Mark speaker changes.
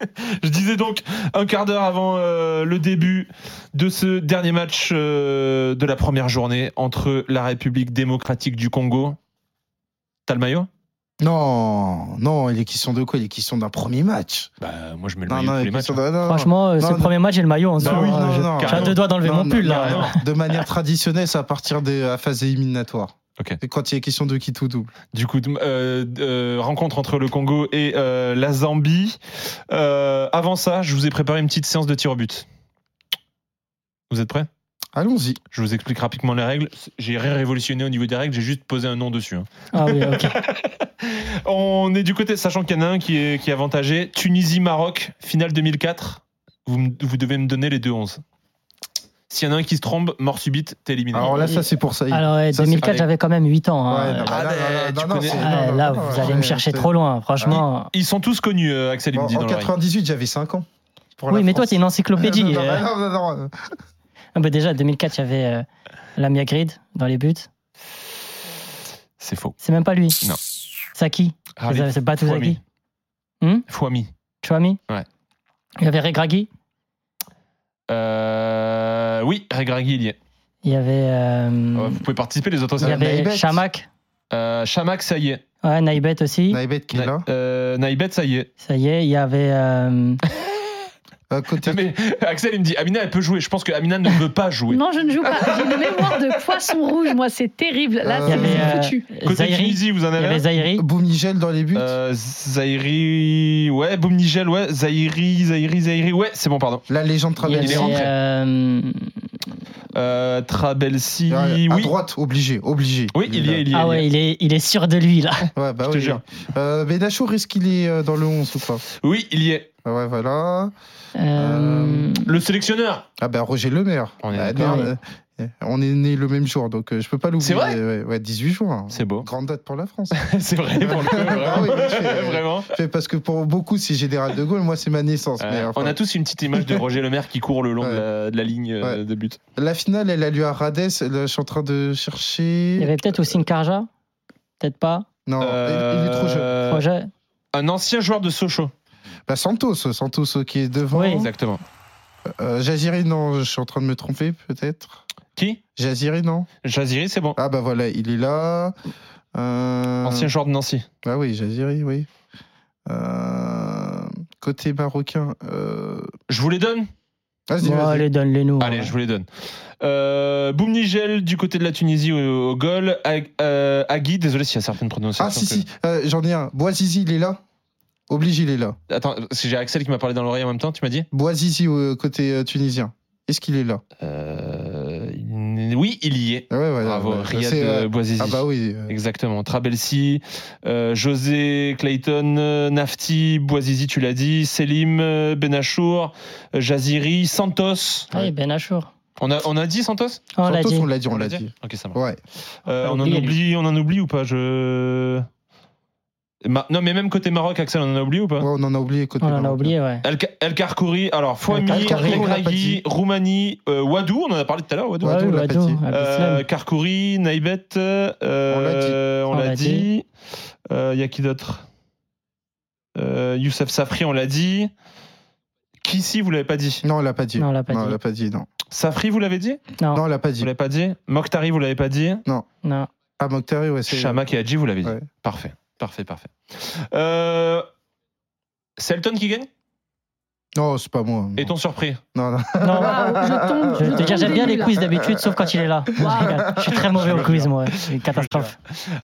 Speaker 1: Je disais donc un quart d'heure avant euh, le début de ce dernier match euh, de la première journée entre la République démocratique du Congo. T'as le maillot
Speaker 2: Non, non, il est question de quoi Il est question d'un premier match.
Speaker 1: Bah, moi je mets le
Speaker 2: Non,
Speaker 1: maillot
Speaker 2: non,
Speaker 1: tous
Speaker 2: il
Speaker 1: les
Speaker 2: est
Speaker 1: matchs. hein. Bah
Speaker 2: question d'un. non, non.
Speaker 3: Franchement, euh, c'est
Speaker 2: non. Bah
Speaker 3: le premier match, j'ai le maillot en dessous.
Speaker 2: oui,
Speaker 3: hein,
Speaker 2: non,
Speaker 3: je-
Speaker 2: non,
Speaker 3: J'ai à deux doigts d'enlever
Speaker 2: Non,
Speaker 3: mon
Speaker 2: non,
Speaker 3: pull là.
Speaker 1: carrément.
Speaker 2: De manière traditionnelle, c'est à partir des à phase éliminatoire.
Speaker 1: Ok.
Speaker 2: C'est quand il est question de qui tout double.
Speaker 1: Du coup, euh, euh, rencontre entre le Congo et euh, la Zambie. Euh, avant ça, je vous ai préparé une petite séance de tir au but. Vous êtes prêts
Speaker 2: Allons-y.
Speaker 1: Je vous explique rapidement les règles. J'ai rien révolutionné au niveau des règles, j'ai juste posé un nom dessus. hein.
Speaker 3: Ah oui, ok.
Speaker 1: On est du côté, sachant qu'il y en a un qui est, qui est avantagé. Tunisie-Maroc, finale 2004. Vous, me- vous devez me donner les deux 11. S'il y en a un qui se trompe, mort subite, t'es éliminé.
Speaker 2: Alors là, ça c'est pour ça.
Speaker 3: Alors, euh,
Speaker 2: Ça, c'est
Speaker 3: 2004,
Speaker 2: pareil.
Speaker 3: j'avais quand même 8 ans. hein.
Speaker 2: Ouais, non,
Speaker 1: Ah,
Speaker 2: là, là,
Speaker 1: ben,
Speaker 2: là,
Speaker 1: tu
Speaker 2: non, non,
Speaker 1: connais-
Speaker 2: c'est-
Speaker 3: Ah,
Speaker 2: non, non,
Speaker 3: là,
Speaker 2: non,
Speaker 3: vous
Speaker 2: non,
Speaker 3: allez
Speaker 2: c'est-
Speaker 3: me chercher
Speaker 2: c'est-
Speaker 3: trop loin, franchement.
Speaker 1: Ils sont tous connus, euh, Axel, il
Speaker 2: Bon,
Speaker 1: me dit
Speaker 2: en
Speaker 1: dans l'oreille.
Speaker 2: 98, j'avais 5 ans. pour la
Speaker 3: Oui, mais toi,
Speaker 2: France.
Speaker 3: t'es une encyclopédie.
Speaker 2: Non, non,
Speaker 3: euh.
Speaker 2: non, non, non.
Speaker 3: Ah, bah, déjà, 2004, il y avait euh, Lamia Grid dans les buts.
Speaker 1: C'est faux.
Speaker 3: C'est même pas lui.
Speaker 1: Non.
Speaker 3: Saki.
Speaker 1: Raleigh,
Speaker 3: c'est
Speaker 1: Fouami.
Speaker 3: Batuzaki. Hum
Speaker 1: Fouami.
Speaker 3: Chouami.
Speaker 1: Ouais.
Speaker 3: Il y avait Regragui.
Speaker 1: Euh, oui, Regragui, il y est.
Speaker 3: Il y avait. euh,
Speaker 2: Hmm.
Speaker 1: Euh, Vous pouvez participer, les autres.
Speaker 3: il y
Speaker 1: ça-
Speaker 3: avait
Speaker 2: Oh, Naïbet.
Speaker 3: Chamak.
Speaker 1: Euh, Chamak, ça y est.
Speaker 3: Ouais, Naïbet aussi.
Speaker 2: Naïbet qui est là.
Speaker 1: Euh, Naïbet, ça y est.
Speaker 3: Ça y est, il y avait. euh,
Speaker 2: Euh, côté-
Speaker 1: Non, mais Axel, il me dit Amina, elle peut jouer. Je pense que Amina ne veut pas jouer.
Speaker 4: Non, je ne joue pas. J'ai une mémoire de poisson rouge, moi, c'est terrible.
Speaker 2: Euh,
Speaker 4: Là,
Speaker 3: Il y
Speaker 4: c'est
Speaker 3: avait. euh,
Speaker 4: foutu.
Speaker 1: Côté
Speaker 3: Zahiri.
Speaker 1: Tunisie, vous en
Speaker 3: Il y
Speaker 1: avez
Speaker 3: avait Zahiri.
Speaker 2: Boumigel dans les buts.
Speaker 1: Euh, Zahiri, ouais, Boum Nigel, ouais, Zahiri, Zahiri, Zahiri, ouais, c'est bon, pardon.
Speaker 2: La légende
Speaker 3: Il y
Speaker 1: il est
Speaker 3: avait,
Speaker 2: traverse.
Speaker 1: rentré.
Speaker 3: euh,
Speaker 1: Euh, Trabelsi, oui.
Speaker 2: Ah, À droite, obligé, obligé.
Speaker 1: Oui, il y est, il y est. il y
Speaker 3: Ah
Speaker 1: est.
Speaker 3: ouais, il est, il est sûr de lui là.
Speaker 2: Ouais,
Speaker 1: Je
Speaker 2: bah
Speaker 1: te
Speaker 2: oui.
Speaker 1: jure.
Speaker 2: Euh, Benachour, est-ce qu'il est euh, dans le 11 ou pas
Speaker 1: Oui, il y est.
Speaker 2: Ah Ouais, voilà.
Speaker 3: Euh,
Speaker 1: Le sélectionneur.
Speaker 2: Ah bah Roger Lemaire.
Speaker 1: On est
Speaker 2: Bah,
Speaker 1: d'accord.
Speaker 2: merde, euh, on est né le même jour, donc euh, je peux pas l'oublier.
Speaker 1: C'est vrai
Speaker 2: ouais, ouais, 18 juin.
Speaker 1: C'est beau.
Speaker 2: Grande date pour la France.
Speaker 1: c'est vrai, pour le coup,
Speaker 2: Ah oui, oui, c'est-
Speaker 1: vraiment. Vraiment.
Speaker 2: Fait Parce que pour beaucoup, c'est Général de Gaulle, moi, c'est ma naissance. mais
Speaker 1: Euh,
Speaker 2: enfin,
Speaker 1: on a tous une petite image de Roger Lemaire qui court le long de, la, de la ligne euh, de but.
Speaker 2: La finale, elle a lieu à Radès. Je suis en train de chercher.
Speaker 3: il y avait peut-être aussi Nkarja. Peut-être pas.
Speaker 2: Non, il- il est trop jeune.
Speaker 1: Euh,
Speaker 3: Projet.
Speaker 1: Un ancien joueur de Sochaux.
Speaker 2: Bah, Santos, Santos euh, qui est devant.
Speaker 3: Oui.
Speaker 1: Exactement.
Speaker 2: Euh, Jaziri, non, je suis en train de me tromper, peut-être.
Speaker 1: Qui
Speaker 2: Jaziri, non
Speaker 1: Jaziri, c'est bon.
Speaker 2: Ah bah voilà, il est là. Euh,
Speaker 1: Ancien joueur de Nancy.
Speaker 2: Ah oui, Jaziri, oui. Euh, Côté marocain. euh,
Speaker 1: Je vous les donne
Speaker 2: Vas-y,
Speaker 3: Bon,
Speaker 2: vas-y.
Speaker 3: allez, donne-les nous. hein.
Speaker 2: hein.
Speaker 1: Allez, je vous les donne. Euh, Boum Nigel du côté de la Tunisie au, au goal. Ag- euh, Agui, désolé s'il y a certaines prononciations.
Speaker 2: Ah si,
Speaker 1: que-
Speaker 2: si, euh, j'en ai un. Boisizi, il est là. Oblige, il est là.
Speaker 1: Attends, parce que j'ai Axel qui m'a parlé dans l'oreille en même temps, tu m'as dit
Speaker 2: Boisizi, euh, côté euh, tunisien. Est-ce qu'il est là
Speaker 1: Euh, il- Oui, il y est.
Speaker 2: Ah Ouais, ouais,
Speaker 1: Bravo,
Speaker 2: ouais,
Speaker 1: Riyad
Speaker 2: c'est, euh,
Speaker 1: euh, Bouazizi.
Speaker 2: Ah bah oui. euh,
Speaker 1: Exactement. Trabelsi, euh, José, Clayton, euh, Nafti, Boazizi, tu l'as dit, Selim, euh, Benachour, euh, Jaziri, Santos.
Speaker 3: Ah oui, Ben Achour.
Speaker 1: On a, on a dit Santos
Speaker 3: Oh, on l'a
Speaker 2: Santos,
Speaker 3: dit.
Speaker 2: on l'a dit, on l'a dit.
Speaker 1: Ok, ça marche.
Speaker 2: Ouais.
Speaker 1: Euh,
Speaker 3: Ah,
Speaker 1: on, en
Speaker 3: oublié,
Speaker 1: oublie, on en oublie ou pas Je. Ma- Non, mais même côté Maroc, Axel, on en a oublié ou pas
Speaker 2: Ouais, on en a oublié côté
Speaker 3: On l'en a
Speaker 2: marocain.
Speaker 3: oublié, ouais.
Speaker 1: El, El Karkouri, alors Fouami,
Speaker 3: El Karkouri,
Speaker 1: El
Speaker 2: on l'a pas
Speaker 1: Kraghi,
Speaker 2: dit.
Speaker 1: Roumanie, euh, Wadou, on en a parlé tout à l'heure, Wadou.
Speaker 2: Ouais,
Speaker 3: Ouais,
Speaker 2: Wadou,
Speaker 3: oui,
Speaker 2: l'a
Speaker 3: Wadou,
Speaker 2: pâti.
Speaker 3: Abdeslam.
Speaker 1: Euh, Karkouri, Naïbet, euh, on
Speaker 3: On
Speaker 1: l'a
Speaker 3: l'a
Speaker 1: dit. Il y a qui d'autre Euh, Youssef Safri, on l'a dit. Kissi, vous l'avez pas dit.
Speaker 2: Non, on l'a pas dit.
Speaker 3: Non, on l'a pas dit.
Speaker 2: on l'a pas dit, non.
Speaker 1: Safri, vous l'avez dit
Speaker 3: Non,
Speaker 2: Non, on l'a pas
Speaker 1: Vous
Speaker 2: dit.
Speaker 1: l'avez pas dit. Mokhtari, vous l'avez pas dit.
Speaker 3: non.
Speaker 2: Ah, Mokhtari, ouais, c'est.
Speaker 1: Chamak et Hadji, vous l'avez dit.
Speaker 2: Ouais.
Speaker 1: Parfait, parfait, parfait. Euh, Selton qui gagne
Speaker 2: Non, c'est pas moi. non.
Speaker 1: Est-on surpris
Speaker 2: Non, non.
Speaker 3: Non.
Speaker 4: Waouh, je tombe.
Speaker 3: Je vais te dire, j'aime bien les
Speaker 4: Là.
Speaker 3: quiz d'habitude, sauf quand il est là. Je rigole. Je suis très mauvais au quiz, moi. C'est une catastrophe.